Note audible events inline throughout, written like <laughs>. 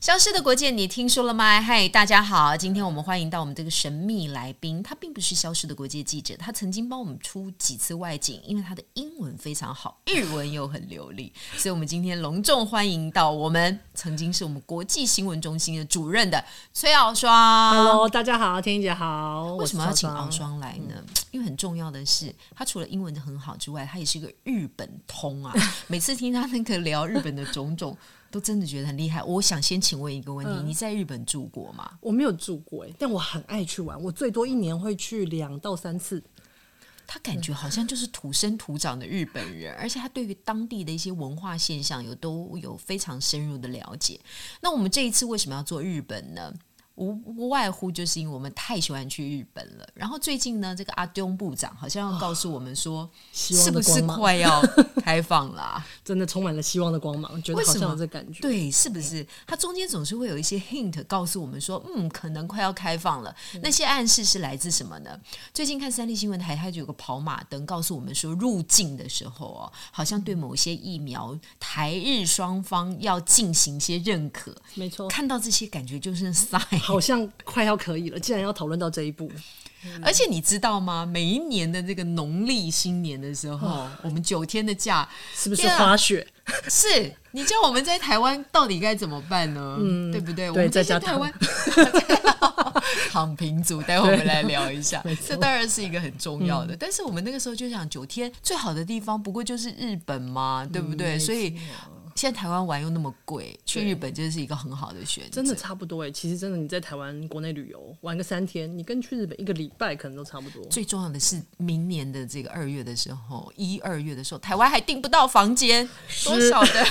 消失的国界，你听说了吗？嗨，大家好，今天我们欢迎到我们这个神秘来宾，他并不是消失的国界记者，他曾经帮我们出几次外景，因为他的英文非常好，日文又很流利，所以我们今天隆重欢迎到我们曾经是我们国际新闻中心的主任的崔敖双。 Hello，大家好，天姐好。啊为什么要请敖敖？双来呢？因为很重要的是，他除了英文很好之外，他也是个日本通啊。每次听他那个聊日本的种种，都真的觉得很厉害。我想先请问一个问题：你在日本住过吗？我没有住过哎，但我很爱去玩，我最多一年会去两到三次。他感觉好像就是土生土长的日本人，而且他对于当地的一些文化现象有都有非常深入的了解。那我们这一次为什么要做日本呢？无无外乎就是因为我们太喜欢去日本了。然后最近呢，这个阿东部长好像要告诉我们说，希是望不的是光芒，快要开放啦、真的充满了希望的光芒，觉得为好什像么有这感觉。 <laughs> 对，是不是？它中间总是会有一些 hint 告诉我们说，嗯，可能快要开放了。那些暗示是来自什么呢？最近看三立新闻台，它就有个跑马灯告诉我们说，入境的时候哦，好像对某些疫苗，台日双方要进行一些认可。没错，看到这些，感觉就是 sign。好像快要可以了。既然要讨论到这一步，而且你知道吗？每一年的这个农历新年的时候，我们九天的假，是不是天啊滑雪？是你叫我们在台湾到底该怎么办呢？嗯，对不对？我们这在些家台躺湾 <laughs> 躺平族，待会我们来聊一 <laughs> 下没。错嗯这当然是一个很重要的，但是我们那个时候就想，九天最好的地方不过就是日本嘛，对不嗯对？所以现在台湾玩又那么贵，去日本真的是一个很好的选择。真的差不多哎。其实真的，你在台湾国内旅游玩个三天，你跟去日本一个礼拜可能都差不多。最重要的是，明年的这个二月的时候，一二月的时候，台湾还订不到房间，多少的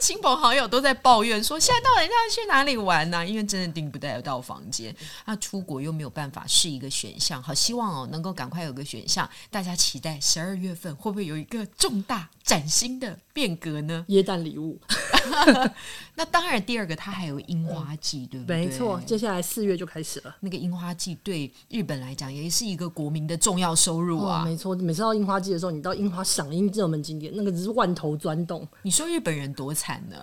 亲朋好友都在抱怨说，现在到底要去哪里玩呢、因为真的订不到到房间，那出国又没有办法是一个选项。好，希望哦能够赶快有个选项，大家期待十二月份会不会有一个重大崭新的变革呢？椰蛋礼物，那当然，第二个它还有樱花季，对不对？没错，接下来四月就开始了。那个樱花季对日本来讲也是一个国民的重要收入啊。哇，哦没错，每次到樱花季的时候，你到樱花赏樱热门景点，那个只是万头钻洞，你说日本人多惨 <laughs> 呢？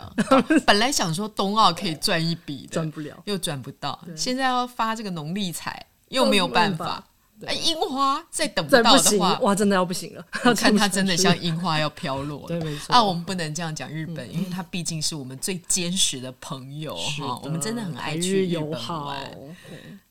本来想说冬奥可以赚一笔的，赚不了。又赚不到，现在要发这个农历彩又没有办法。没有办法对哎樱花再等不再到不的行话，哇，真的要不行了。我看它真的像要樱花要飘落了。对没错嗯啊，我们不能这样讲日本，因为它毕竟是我们最坚实的朋友出门哈。我们真的很爱台去日日友本好。玩。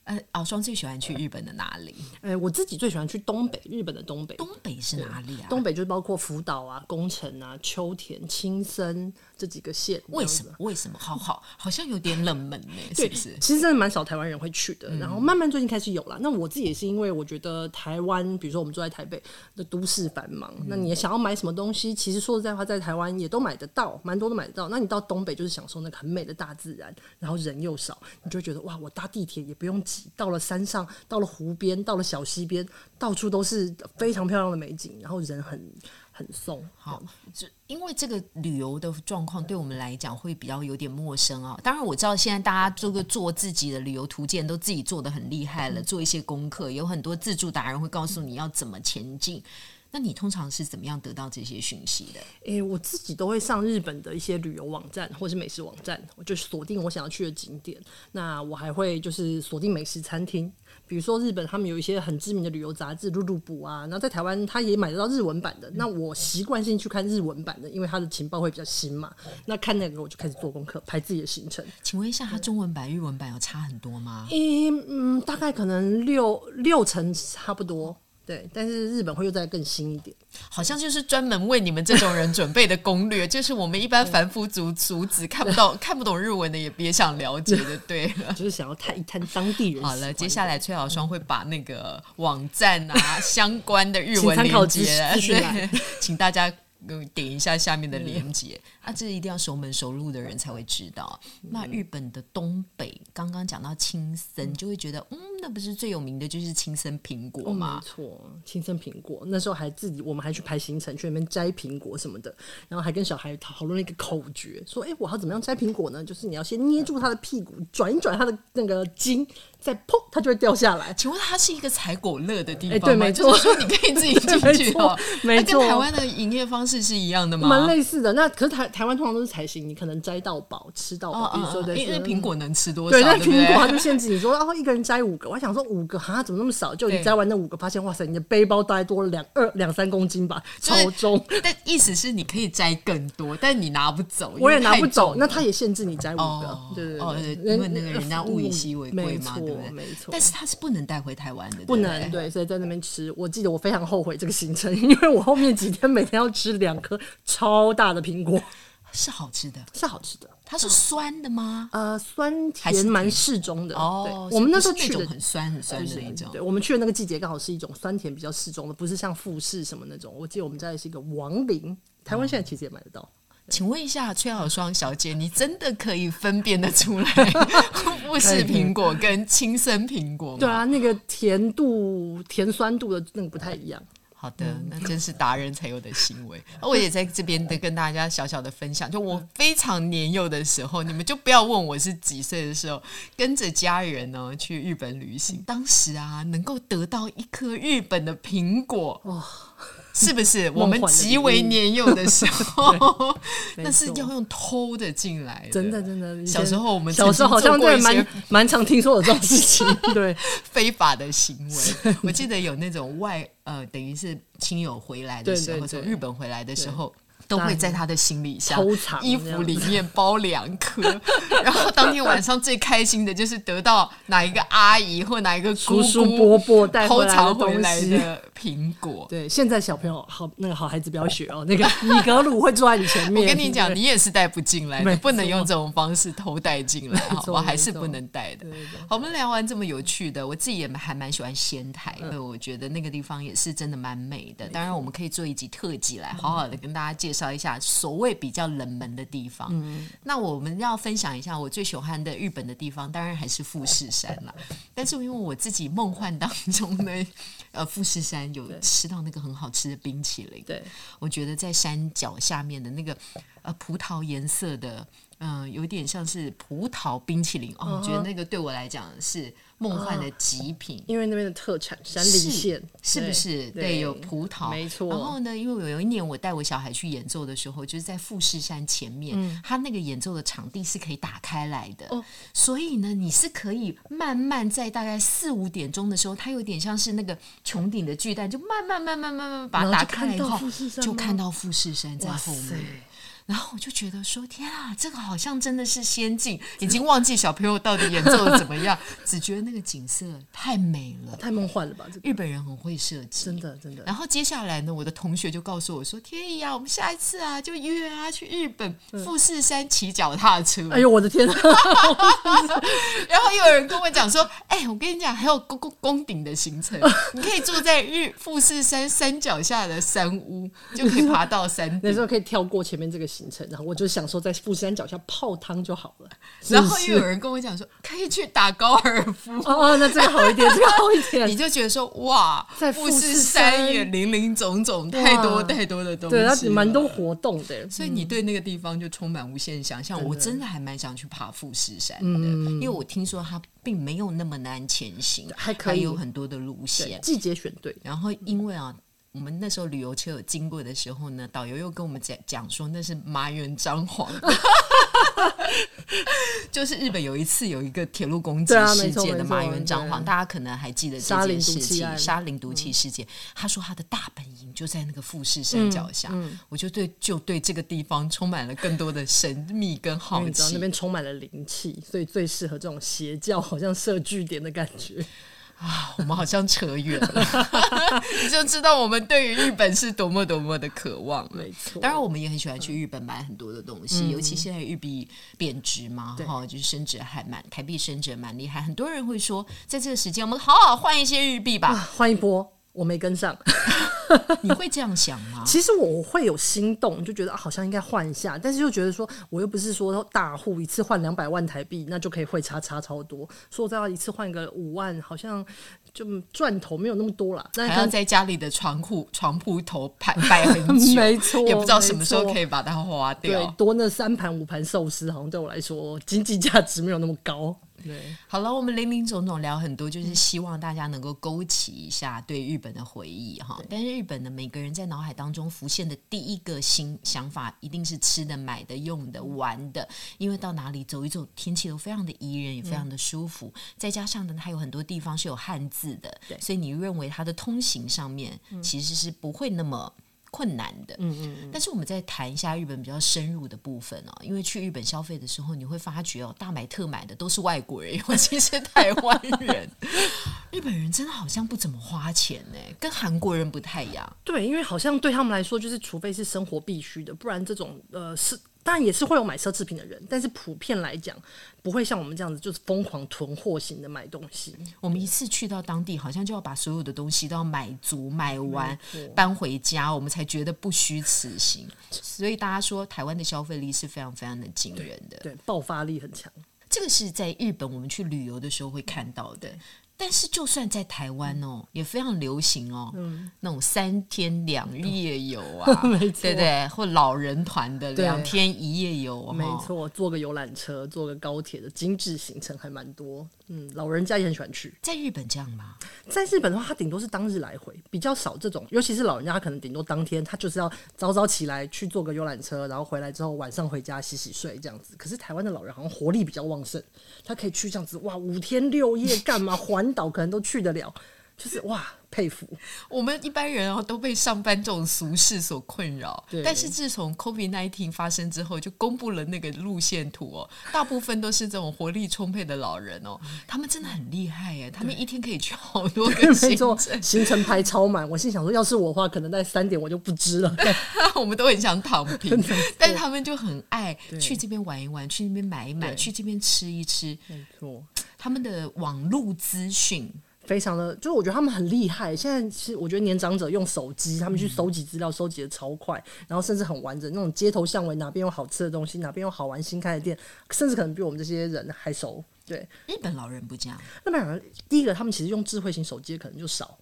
呃，敖双最喜欢去日本的哪里？哎，我自己最喜欢去东北，日本的东北。东北是哪里啊？东北就是包括福岛啊、宫城啊、秋田、青森这几个县。为什么？么？为什么？好好，好像有点冷门呢，是对，不是？嗯其实真的蛮少台湾人会去的，然后慢慢最近开始有了。那我自己也是因为我觉得台湾，比如说我们住在台北的都市繁忙，嗯那你也想要买什么东西，其实说实在话，在台湾也都买得到，蛮多都买得到。那你到东北就是享受那个很美的大自然，然后人又少，你就会觉得哇，我搭地铁也不用挤，到了山上，到了湖边，到了小溪边，到处都是非常漂亮的美景，然后人很很松。好，就因为这个旅游的状况对我们来讲会比较有点陌生啊。当然我知道现在大家这个做自己的旅游图鉴都自己做的很厉害了，做一些功课，有很多自助达人会告诉你要怎么前进。那你通常是怎么样得到这些讯息的？诶、我自己都会上日本的一些旅游网站或是美食网站，我就锁定我想要去的景点。那我还会就是锁定美食餐厅，比如说日本他们有一些很知名的旅游杂志《露露补》啊，然后在台湾他也买得到日文版的。那我习惯性去看日文版的，因为它的情报会比较新嘛。那看那个我就开始做功课，排自己的行程。请问一下，它中文版、日文版有差很多吗？诶、嗯，大概可能六六成差不多，对。但是日本会又再更新一点。 <laughs> 好像就是专门为你们这种人准备的攻略， <laughs> 就是我们一般凡夫俗俗子看不到、看不懂日文的也别想了解的，对了。就是想要探一探当地人。好了，接下来崔小双会把那个网站啊相关的日请文参考连资接，资讯栏对， <laughs> 请大家。嗯，点一下下面的连接，啊，这一定要熟门熟路的人才会知道。那日本的东北，刚刚讲到青森，就会觉得，嗯，那不是最有名的就是青森苹果哦，没吗？错，青森苹果。那时候还自己，我们还去排行程，去那边摘苹果什么的，然后还跟小孩讨论了一个口诀，说：“哎、我要怎么样摘苹果呢？就是你要先捏住它的屁股，转一转它的那个筋，再砰，它就会掉下来。”请问它是一个采果乐的地方哎吗？对没错就是说你可以自己进 <laughs> 没去错哦。没它跟错台湾的营业方式是一样的吗？蛮类似的，那可是台台湾通常都是采行，你可能摘到饱，吃到哦饱，比如说哦哦对，因为是苹果能吃多少？ <laughs> 对，对那不苹对果它就限制你说，然后一个人摘五个，我还想说五个哈怎么那么少？就对你摘完那五个，发现哇塞，你的背包大概多了两二两三公斤吧，就是超重。但意思是你可以摘更多，但你拿不走，我也因为拿不太重走了，那他也限制你摘五个哦，对哦对对因为那个人家物以稀为贵嘛对没不错对没错但。是它是不能带回台湾的，不对能对。对，所以在那边吃，我记得我非常后悔这个行程， <laughs> 因为我后面几天每天要吃两颗超大的苹果，是好吃的，是好吃的，它是酸的吗？呃，酸还是甜蛮适中的。哦，对，我们那时候是不是去那的种很酸很酸就的是那种对，，我们去的那个季节刚好是一种酸甜比较适中的，不是像富士什么那种。我记得我们在的是一个王林，台湾现在其实也买得到。请问一下崔小双小姐，你真的可以分辨得出来 <laughs> <laughs> 富士苹果跟青森苹果吗？对，啊，那个甜度、甜酸度的那个不太一样。好的，嗯那真是达人才有的行 <laughs> 为。我也在这边的跟大家小小的分享，就嗯我非常年幼的时候，你们就不要问我是几岁的时候，跟着家人呢去日本旅嗯行，当时啊能够得到一颗日本的苹果，哇、是不 <laughs> 是？我梦幻的们极为年幼的时 <laughs> 候， <laughs> 没错那是要用偷的进来的，真的真的，以前小时候我们小时候好曾像经做过一对些蛮蛮常听说有这种事 <laughs> 情。对，非法的行为。我记得有那种外呃，等于是亲友回来的对时候，对从对日本回来的时候。都会在他的行李箱偷、藏衣服里面包两颗， <laughs> 然后当天晚上最开心的就是得到哪一个阿姨或哪一个姑叔姑叔伯伯带偷回来的藏回东来西。的苹果。对，现在小朋友好，那个好孩子不要学哦。<laughs> 那个米格鲁会坐在你前面。我跟你讲，对你也是带不进来的，没不能用这种方式偷带进来，好错吧？还是没错不能带的对对。好，我们聊完这么有趣的，我自己也还蛮喜欢仙台嗯的，我觉得那个地方也是真的蛮美的。当然，我们可以做一集特辑嗯来好好的跟大家介绍一下所谓比较冷门的地方。嗯那我们要分享一下我最喜欢的日本的地方，当然还是富士山啦。但是因为我自己梦幻当中呢，呃，富士山有吃到那个很好吃的冰淇淋，对，我觉得在山脚下面的那个呃葡萄颜色的，嗯、有点像是葡萄冰淇淋哦，我觉得那个对我来讲是梦幻的极品。因为那边的特产山梨是县是不是？对，有葡萄，没错。然后呢，因为我有一年我带我小孩去演奏的时候，就是在富士山前面，它那个演奏的场地是可以打开来的，嗯哦所以呢，你是可以慢慢在大概四五点钟的时候，它有点像是那个穹顶的巨蛋，就慢慢慢慢慢慢把它然后打就开来以看到后富士，山就吗看到富士山在哇后塞面。然后我就觉得说，天啊，这个好像真的是仙境，已经忘记小朋友到底演奏的怎么样，只觉得那个景色太美了。太梦幻了吧？这个日本人很会设计，真的 <laughs> 真的。然后接下来呢，我的同学就告诉我说：“天意啊，我们下一次啊就约啊去日本富士山骑脚踏车。嗯哎呦我的天啊！ <laughs> 然后又有人跟我讲说：“哎、我跟你讲，还有宫宫宫顶的行 <laughs> 程，你可以住在日富士山山脚下的山屋，就可以爬到山那时顶。候可以跳过前面这个行程，然后我就想说在富士山脚下泡汤就好 <laughs> 了。”然后 <laughs> 是又不有是人跟我讲说：“可以去打高尔 <laughs> 夫。”哦哦，那这个好一点，这个好一嗯 <laughs> 你点。就觉得说哇，在富富士士山山也林林总总，太多太多的东西对，了，它蛮啊多活动的。所以你对那个地方就充满无限想象。我真的还蛮想去爬富士山的，因为我听说它并没有那么难前行，嗯还可以有很多的路对，线。季节选对，然后嗯因为啊。我们那时候旅游车有经过的时候呢，导游又跟我们讲讲说那是麻原彰晃， <laughs> 就是日本有一次有一个铁路攻击对啊事没错件的没错麻原彰晃，对大家可能还记得这沙林件毒事气情，啊嗯案沙林毒气事件。他说他的大本营就在那个富士嗯山脚下，我就对就对这个地方充满了更多的神秘跟因好为你知道奇那。边充满了灵气，所以最适合这种邪教，好像设据点的感觉。啊，我们好像扯远了， <laughs> 你就知道我们对于日本是多么多么的渴望了。没错，嗯当然，我们也很喜欢去日本买很多的东西，尤其现在日币贬值嘛，对哈，就是升值还蛮台币升值蛮厉害。很啊嗯多人会说，在这个时间我们好好换一些日币吧。换一波，我没跟上。 <laughs> 你会这样想吗？其实我会有心动，就觉得、啊、好像应该换一下，但是又觉得说，我又不是说大户一次换两百万台币，那就可以汇差差超多。说再要一次换个五万，好像就赚头没有 <laughs> 那么多啦。但还可要能在家里的床铺床铺头摆摆很久， <laughs> 没错也不知道什么时候没错可以把它花对啊掉。多那三盘五盘寿司，好像对我来说经济价值没有那么高。对，好了，我们林林总总聊很多，就是希望大家能够勾起一下对日本的回忆哈。但是日本呢，每个人在脑海当中浮现的第一个新想法，一定是吃的、买的、用的、玩的，因为到哪里走一走，天气都非常的宜人，也非常的舒服。再加上呢，它有很多地方是有汉字的，所以你认为它的通行上面其实是不会那么。困难的，嗯嗯但是我们再谈一下日本比较深入的部分哦，因为去日本消费的时候，你会发觉哦，大买特买的都是外国人，尤其是台湾人。 <laughs> 日本人真的好像不怎么花钱呢，跟韩国人不太一样。对，因为好像对他们来说，就是除非是生活必须的，不然这种呃是。当然也是会有买奢侈品的人，但是普遍来讲，不会像我们这样子就是疯狂囤货型的买东西。我们一次去到当地，好像就要把所有的东西都要买足、买完没错，搬回家，我们才觉得不虚此行。所以大家说，台湾的消费力是非常非常的惊人的。对，爆发力很强。这个是在日本我们去旅游的时候会看到的。但是就算在台湾哦，也非常流行哦，那种三天两夜游 <laughs> 啊，没错对不对？或老人团的对两天一夜游、哦，没。错，坐个游览车，坐个高铁的精致行程还蛮多。嗯，老人家也很喜欢去。在日本这样吗？在日本的话，他顶多是当日来回，比较少这种，尤其是老人家，他可能顶多当天，他就是要早早起来去坐个游览车，然后回来之后晚上回家洗洗睡这样子。可是台湾的老人好像活力比较旺盛，他可以去这样子哇，五天六夜干嘛环岛可能都去得了，就是哇佩 <laughs> 服。我们一般人哦都被上班这种俗事所困扰对，但是自从 COVID 1 9发生之后，就公布了那个路线图哦，大部分都是这种活力充沛的老人哦，他们真的很厉害耶，他们一天可以去好多个没行错程，，行程排超满，我心想说，要是我的话，可能在三点我就不知了。 <laughs> 我们都很想躺平 <laughs> 的是，但他们就很爱去这边玩一玩，去那边买一买，去这边吃一吃。 <laughs> 没错。他们的网络资讯，非常的，就是我觉得他们很厉害。现在是我觉得年长者用手机，他们去搜集资料，搜集的超快，然后甚至很完整。那种街头巷尾哪边有好吃的东西，哪边有好玩新开的店，甚至可能比我们这些人还熟。对，日本老人不这样，那么两个，第一个他们其实用智慧型手机可能就少，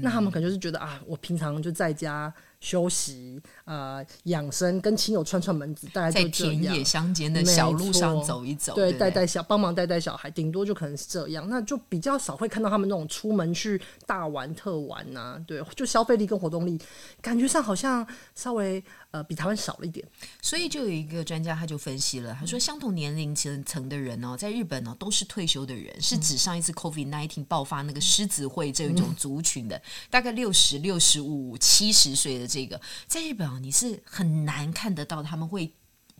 那他们可能就是觉得啊，我平常就在家休息啊、呃养生，跟亲友串串门子，大概在就这田样野。乡间的没小路上错走一走，对，不带带小帮忙带带小孩，顶多就可能是这样，那就比较少会看到他们那种出门去大玩特玩呐、对，就消费力跟活动力，感觉上好像稍微呃比台湾少了一点，所以就有一个专家他就分析了，嗯他说相同年龄层层的人哦，在日本哦都是退休的人，嗯是指上一次 COVID 1 9爆发那个狮子会这种族群的，大概六十六十五七十岁的这个，在日本哦你是很难看得到他们会。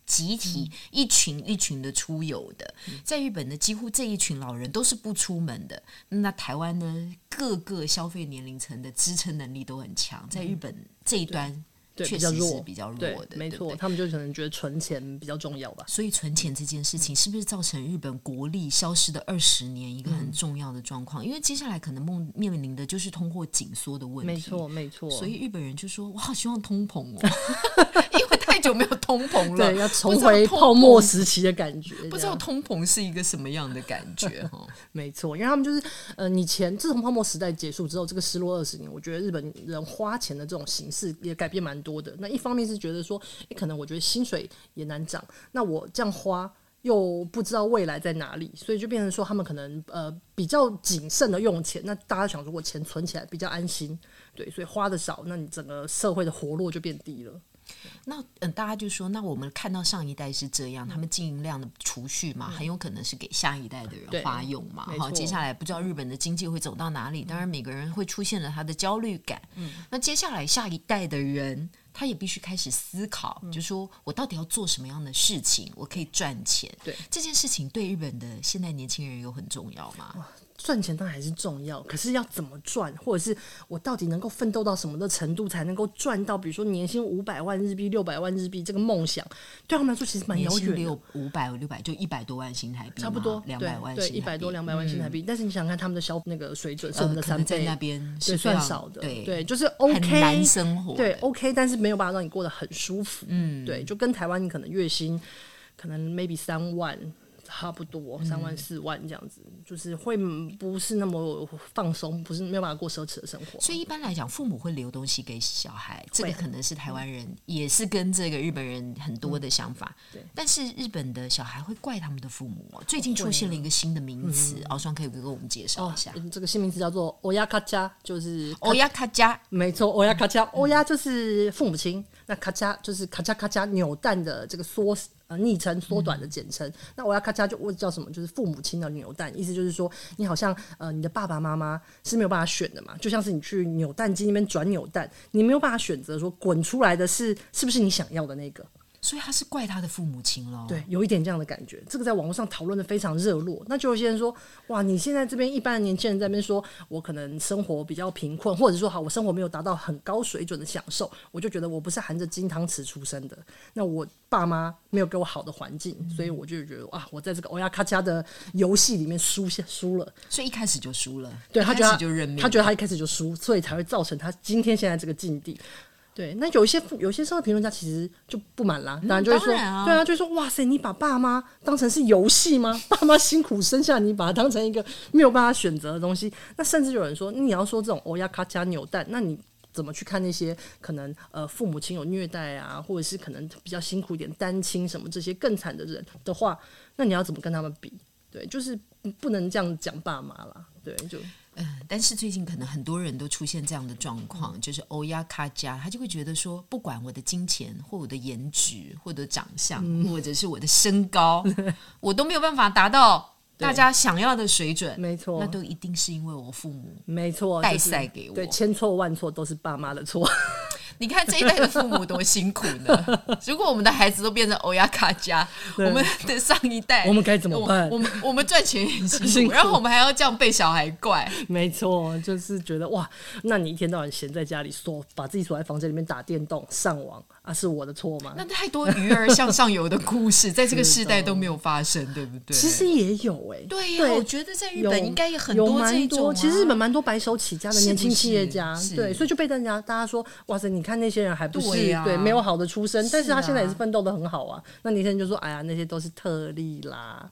集体嗯一群一群的出游的，在日本呢，几乎这一群老人都是不出门的。那台湾呢，各个消费年龄层的支撑能力都很强，在日本这一端对，确比较实弱是，比较弱对的，，没嗯对不对错，他们就可能觉得存钱比较重要吧。所以存钱这件事情，是不是造成日本国力消失的二十年一个嗯很重要的状况？因为接下来可能梦面临的就是通货紧缩的问题。没错，，没错，所以日本人就说：“我好希望通膨哦， <laughs> 因为太久没有通膨了，对要不重知道回通泡沫膨，时期的感觉，不知这道样通膨是一个什么样的感觉哈。没错，因为他们就是，呃，你钱自从泡沫时代结束之后，这个失落二十年，我觉得日本人花钱的这种形式也改变蛮多的。那一方面是觉得说，诶可能我觉得薪水也难涨，那我这样花又不知道未来在哪里，所以就变成说他们可能呃比较谨慎的用钱。那大家想说，我钱存起来比较安心，对，所以花的少，那你整个社会的活络就变低了。那嗯、呃大家就说，那我们看到上一代是这嗯样，他们经营量的储蓄嘛，很有可能是给下一代的对人花用嘛没。好，错嗯接下来不知道日本的经济会走到哪里，当然每个人会出现了他的焦虑感。那接下来下一代的人，他也必须开始思考，嗯就说我到底要做什么样的事情，我可以赚钱。对这件事情，对日本的现代年轻人有很重要吗？赚钱当然还是重要，可是要怎么赚，或者是我到底能够奋斗到什么的程度，才能够赚到，比如说年薪五百万日币、六百万日币这个梦想，对他们来说其实蛮年遥薪远的。六五百五六百，就一百多万新台币嘛，差不多两对百万对，新嗯一百多两百万新台币。但是你想想看，他们的消那个水准是我呃，们的可三能在倍，那边对，是非算常少的，对，对，就是很难 OK，生活，对，OK，但是没有办法让你过得很舒服，嗯，对，就跟台湾你可能月薪可能 maybe 三万差不多，三万四万这样子，就是会不是那么放松，不是没有办法过奢侈的生活。所以一般来讲，父母会留东西给小孩，这个可能是台嗯湾人也是跟这个日本人很多的想法。对但是日本的小孩会怪他们的父母、哦。最近出现了一个新的名词，敖双可以给我们介绍嗯哦一下。，嗯这个新名字叫做欧亚卡加，就是欧亚卡加没错，哦欧亚卡加，欧亚就是父母亲，那卡加就是卡加卡加扭蛋的这个缩呃昵称缩短的简称。那哦欧亚卡加就我叫什么？就是父母亲的扭蛋，意思就是说你好像呃你的爸爸妈妈是没有办法选的嘛，就像是你去扭蛋机那边转扭蛋，你没有办法选择说滚出来的是是不是你想要的那个。所以他是怪他的父母亲喽。对，有一点这样的感觉。这个在网络上讨论的非常热络。那就有些人说，哇，你现在这边一般的年轻人在那边说，我可能生活比较贫困，或者说好，我生活没有达到很高水准的享受，我就觉得我不是含着金汤匙出生的，那我爸妈没有给我好的环境，所以我就觉得啊，我在这个欧亚卡加的游戏里面输下输了。所以一开始就输了，对一他开觉得始就认命，他觉得他一开始就输，所以才会造成他今天现在这个境地。对，那有一些有一些社会评论家其实就不满啦，当然就会说，当然啊对啊，就会说，哇塞，你把爸妈当成是游戏吗？爸妈辛苦生下你，把它当成一个没有办法选择的东西。那甚至有人说，你要说这种欧亚卡加扭蛋，那你怎么去看那些可能呃父母亲有虐待啊，或者是可能比较辛苦一点单亲什么这些更惨的人的话，那你要怎么跟他们比？对，就是不能这样讲爸妈啦。对，就嗯，但是最近可能很多人都出现这样的状况，就是欧亚卡加，他就会觉得说，不管我的金钱或我的颜值或者长相，嗯或者是我的身 <laughs> 高，我都没有办法达到大家想要的水准，没错，那都一定是因为我父母。没错，带就是赛给我对，千错万错都是爸妈的错。你看这一代的父母多辛苦 <laughs> 呢！如果我们的孩子都变成欧亚卡加，我们的上一代，我们该怎么办我我们我们赚钱也辛苦，辛苦然后我们还要这样被小孩怪， <laughs> 没错，就是觉得哇，那你一天到晚闲在家里锁，把自己锁在房间里面打电动、上网啊，是我的错吗？那太多鱼儿向上游的故事，在这个世代都没有发生，对不对？其实也有哎、对呀，对我觉得在日有本应该也很有这蛮一种多，啊。其实日本蛮多白手起家的是年不轻企业是家，是对，所以就被大家大家说，哇塞，你看那些人还不是对呀没有好的出身，但是是他现在也啊是奋斗的很好啊。那年轻人就说，哎呀，那些都是特例啦，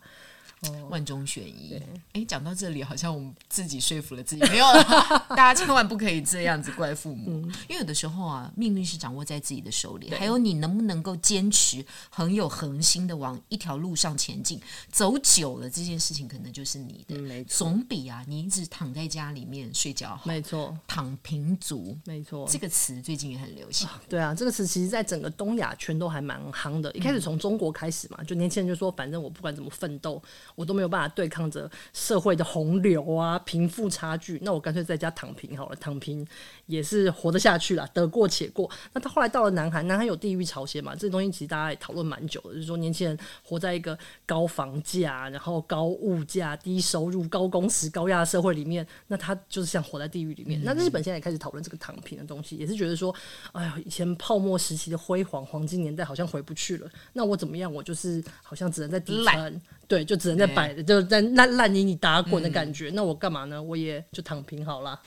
万中选一。哎，讲到这里，好像我们自己说服了自己，没有 <laughs> 啦，大家千万不可以这样子怪父嗯母，因为有的时候啊，命运是掌握在自己的手里，还有你能不能够坚持，很有恒心的往一条路上前进，走久了这件事情可能就是你的，嗯没总比啊你一直躺在家里面睡觉好，没错，躺平族。没错，这个词最近也很流行，对啊，这个词其实在整个东亚圈都还蛮夯的。一开始从中国开始嘛，就年轻人就说，反正我不管怎么奋斗，我都没有办法对抗着社会的洪流啊、贫富差距，那我干脆在家躺平好了，躺平也是活得下去啦，得过且过。那他后来到了南韩，南韩有地域朝鲜嘛，这东西其实大家也讨论蛮久的，就是说年轻人活在一个高房价、然后高物价、低收入、高工时、高压的社会里面，那他就是像活在地狱里面。那日本现在也开始讨论这个躺平的东西，也是觉得说，哎呀，以前泡沫时期的辉煌黄金年代好像回不去了，那我怎么样？我就是好像只能在底层懒，对，就只能在摆，就在烂烂泥里打滚的感觉。那我干嘛呢？我也就躺平好了。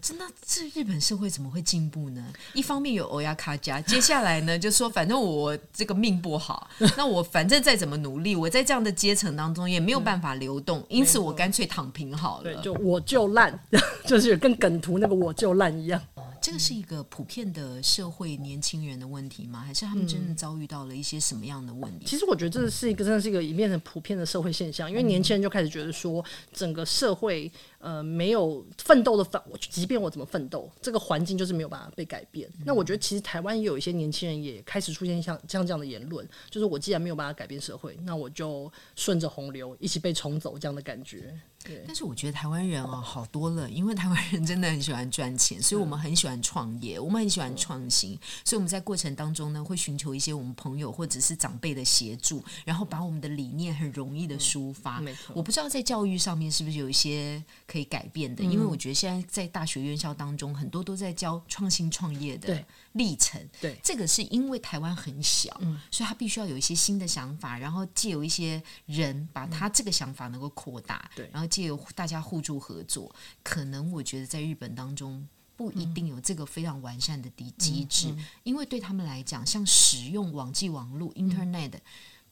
真的，这日本社会怎么会进步呢？一方面有欧亚卡加，接下来呢就说，反正我这个命不 <laughs> 好，那我反正再怎么努力，我在这样的阶层当中也没有办法流动，因此我干脆躺平好嗯对，了。就我就烂， <laughs> 就是跟梗图那个我就烂一样。这个是一个普遍的社会年轻人的问题吗？还是他们真的遭遇到了一些什么样的问题？嗯其实我觉得这是一个真的是一个已变成普遍的社会现象，因为年轻人就开始觉得说，整个社会呃没有奋斗的反，我即便我怎么奋斗，这个环境就是没有办法被改变。那我觉得其实台湾也有一些年轻人也开始出现像像这样的言论，就是我既然没有办法改变社会，那我就顺着洪流一起被冲走这样的感觉。对但是我觉得台湾人哦，好多了，因为台湾人真的很喜欢赚嗯钱，所以我们很喜欢创业，我们很喜欢创新，所以我们在过程当中呢，会寻求一些我们朋友或者是长辈的协助，然后把我们的理念很容易的抒发。嗯没错我不知道在教育上面是不是有一些可以改变嗯的，因为我觉得现在在大学院校当中，很多都在教创新创业的对历程。对这个是因为台湾很小，嗯所以他必须要有一些新的想法，然后借由一些人把他这个想法能够扩大，对然后借由大家互助合作，可能我觉得在日本当中。不一定有这个非常完善的机机制，嗯因为对他们来讲，像使用网际网络嗯 （Internet）、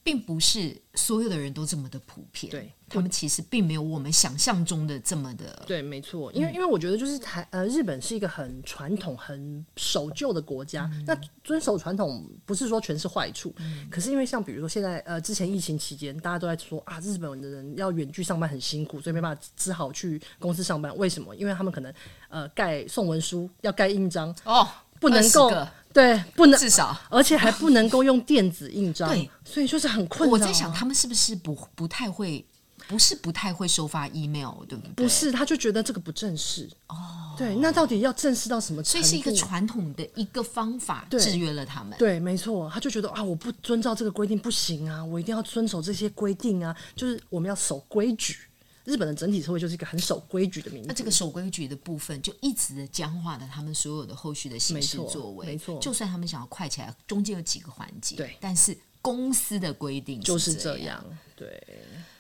并不是所有的人都这么的普遍。对他们其实并没有我们想象中的这么的。对，没错，嗯因为因为我觉得就是台呃日本是一个很传统、很守旧的国家。嗯那遵守传统不是说全是坏处，可是因为像比如说现在呃之前疫情期间，大家都在说啊日本的人要远距上班很辛苦，所以没办法只好去公司上班。为什么？因为他们可能呃盖送文书要盖印章，哦，不能够20个对，不能，至少。而且还不能够用电子印章对，所以就是很困扰我啊。在想，他们是不是不不太会，不是不太会收发 email，对不对？不，是，他就觉得这个不正式哦。对，那到底要正式到什么程度？啊所以是一个传统的一个方法对制约了他们。对，没错，他就觉得啊，我不遵照这个规定不行啊，我一定要遵守这些规定啊，就是我们要守规矩。日本的整体社会就是一个很守规矩的民族。那这个守规矩的部分，就一直的僵化了他们所有的后续的行事没错作为。没错就算他们想要快起来，中间有几个环节，对但是公司的规定就是这这。样，对，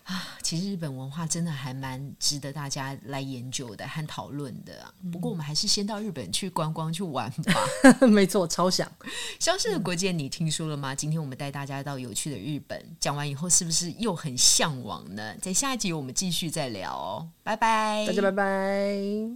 <laughs> 其实日本文化真的还蛮值得大家来研究的和讨论的。啊嗯不过我们还是先到日本去观光去玩吧。没错，超想。消失的国界，你听说了吗？今天我们带大家到有趣的日本，讲完以后是不是又很向往呢？在下一集我们继续再聊哦，拜拜，大家拜拜。